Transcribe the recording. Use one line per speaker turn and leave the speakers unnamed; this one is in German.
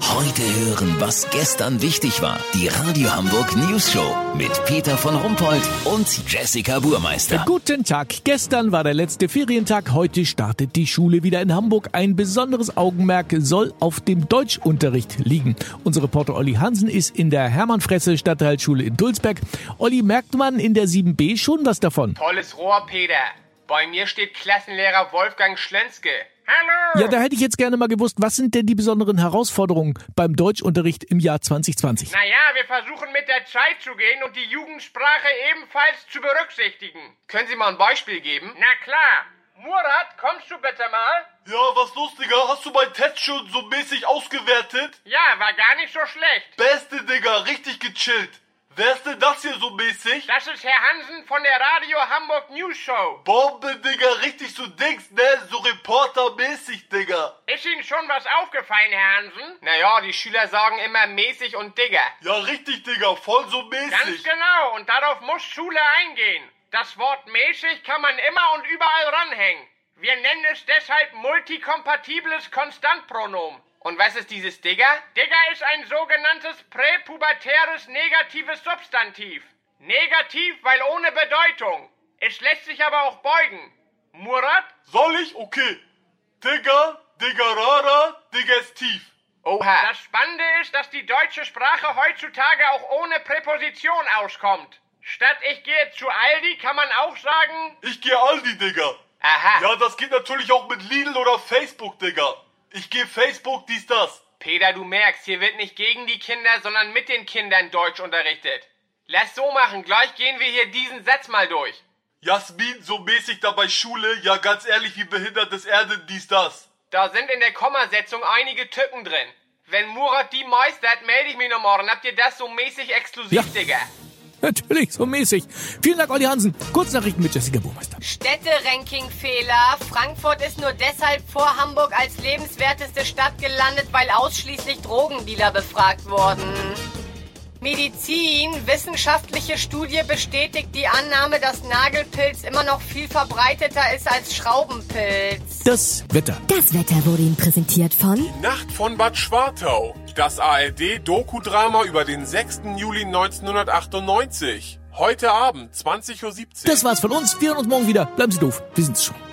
Heute hören, was gestern wichtig war. Die Radio Hamburg News Show mit Peter von Rumpold und Jessica Burmeister.
Guten Tag. Gestern war der letzte Ferientag. Heute startet die Schule wieder in Hamburg. Ein besonderes Augenmerk soll auf dem Deutschunterricht liegen. Unser Reporter Olli Hansen ist in der Hermannfresse Stadtteilschule in Dulsberg. Olli, merkt man in der 7b schon was davon?
Tolles Rohr, Peter. Bei mir steht Klassenlehrer Wolfgang Schlönske. Hallo!
Ja, da hätte ich jetzt gerne mal gewusst, was sind denn die besonderen Herausforderungen beim Deutschunterricht im Jahr 2020?
Naja, wir versuchen mit der Zeit zu gehen und die Jugendsprache ebenfalls zu berücksichtigen. Können Sie mal ein Beispiel geben? Na klar. Murat, kommst du bitte mal?
Ja, was los, Digga? Hast du meinen Test schon so mäßig ausgewertet?
Ja, war gar nicht so schlecht.
Beste, Digga, richtig gechillt. Wer ist denn das hier so mäßig?
Das ist Herr Hansen von der Radio Hamburg News Show.
Bombe, Digga, richtig so Dings, ne? So reportermäßig, Digga.
Ist Ihnen schon was aufgefallen, Herr Hansen? Naja, die Schüler sagen immer mäßig und Digger.
Ja, richtig, Digga, voll so
Ganz
mäßig.
genau, und darauf muss Schule eingehen. Das Wort mäßig kann man immer und überall ranhängen. Wir nennen es deshalb multikompatibles Konstantpronomen. Und was ist dieses Digger? Digger ist ein sogenanntes präpubertäres negatives Substantiv. Negativ, weil ohne Bedeutung. Es lässt sich aber auch beugen. Murat?
Soll ich? Okay. Digga, Digga Rara, Digga ist tief.
Oha. Das Spannende ist, dass die deutsche Sprache heutzutage auch ohne Präposition auskommt. Statt ich gehe zu Aldi kann man auch sagen,
Ich geh Aldi, Digga.
Aha.
Ja, das geht natürlich auch mit Lidl oder Facebook, Digga. Ich geh Facebook, dies, das.
Peter, du merkst, hier wird nicht gegen die Kinder, sondern mit den Kindern Deutsch unterrichtet. Lass so machen, gleich gehen wir hier diesen Satz mal durch.
Jasmin, so mäßig dabei Schule. Ja, ganz ehrlich, wie behindertes Erde, dies, das.
Da sind in der Kommasetzung einige Tücken drin. Wenn Murat die meistert, melde ich mich noch morgen. Habt ihr das so mäßig exklusiv,
Ja.
Digga?
Natürlich, so mäßig. Vielen Dank, Olli Hansen. Kurznachrichten mit Jessica Burmeister.
Städte-Ranking-Fehler. Frankfurt ist nur deshalb vor Hamburg als lebenswerteste Stadt gelandet, weil ausschließlich Drogendealer befragt wurden. Medizin. Wissenschaftliche Studie bestätigt die Annahme, dass Nagelpilz immer noch viel verbreiteter ist als Schraubenpilz.
Das Wetter.
Das Wetter wurde Ihnen präsentiert von
Nacht von Bad Schwartau. Das ARD-Dokudrama über den 6. Juli 1998. Heute Abend, 20.17 Uhr.
Das war's von uns. Wir hören uns morgen wieder. Bleiben Sie doof. Wir sind's schon.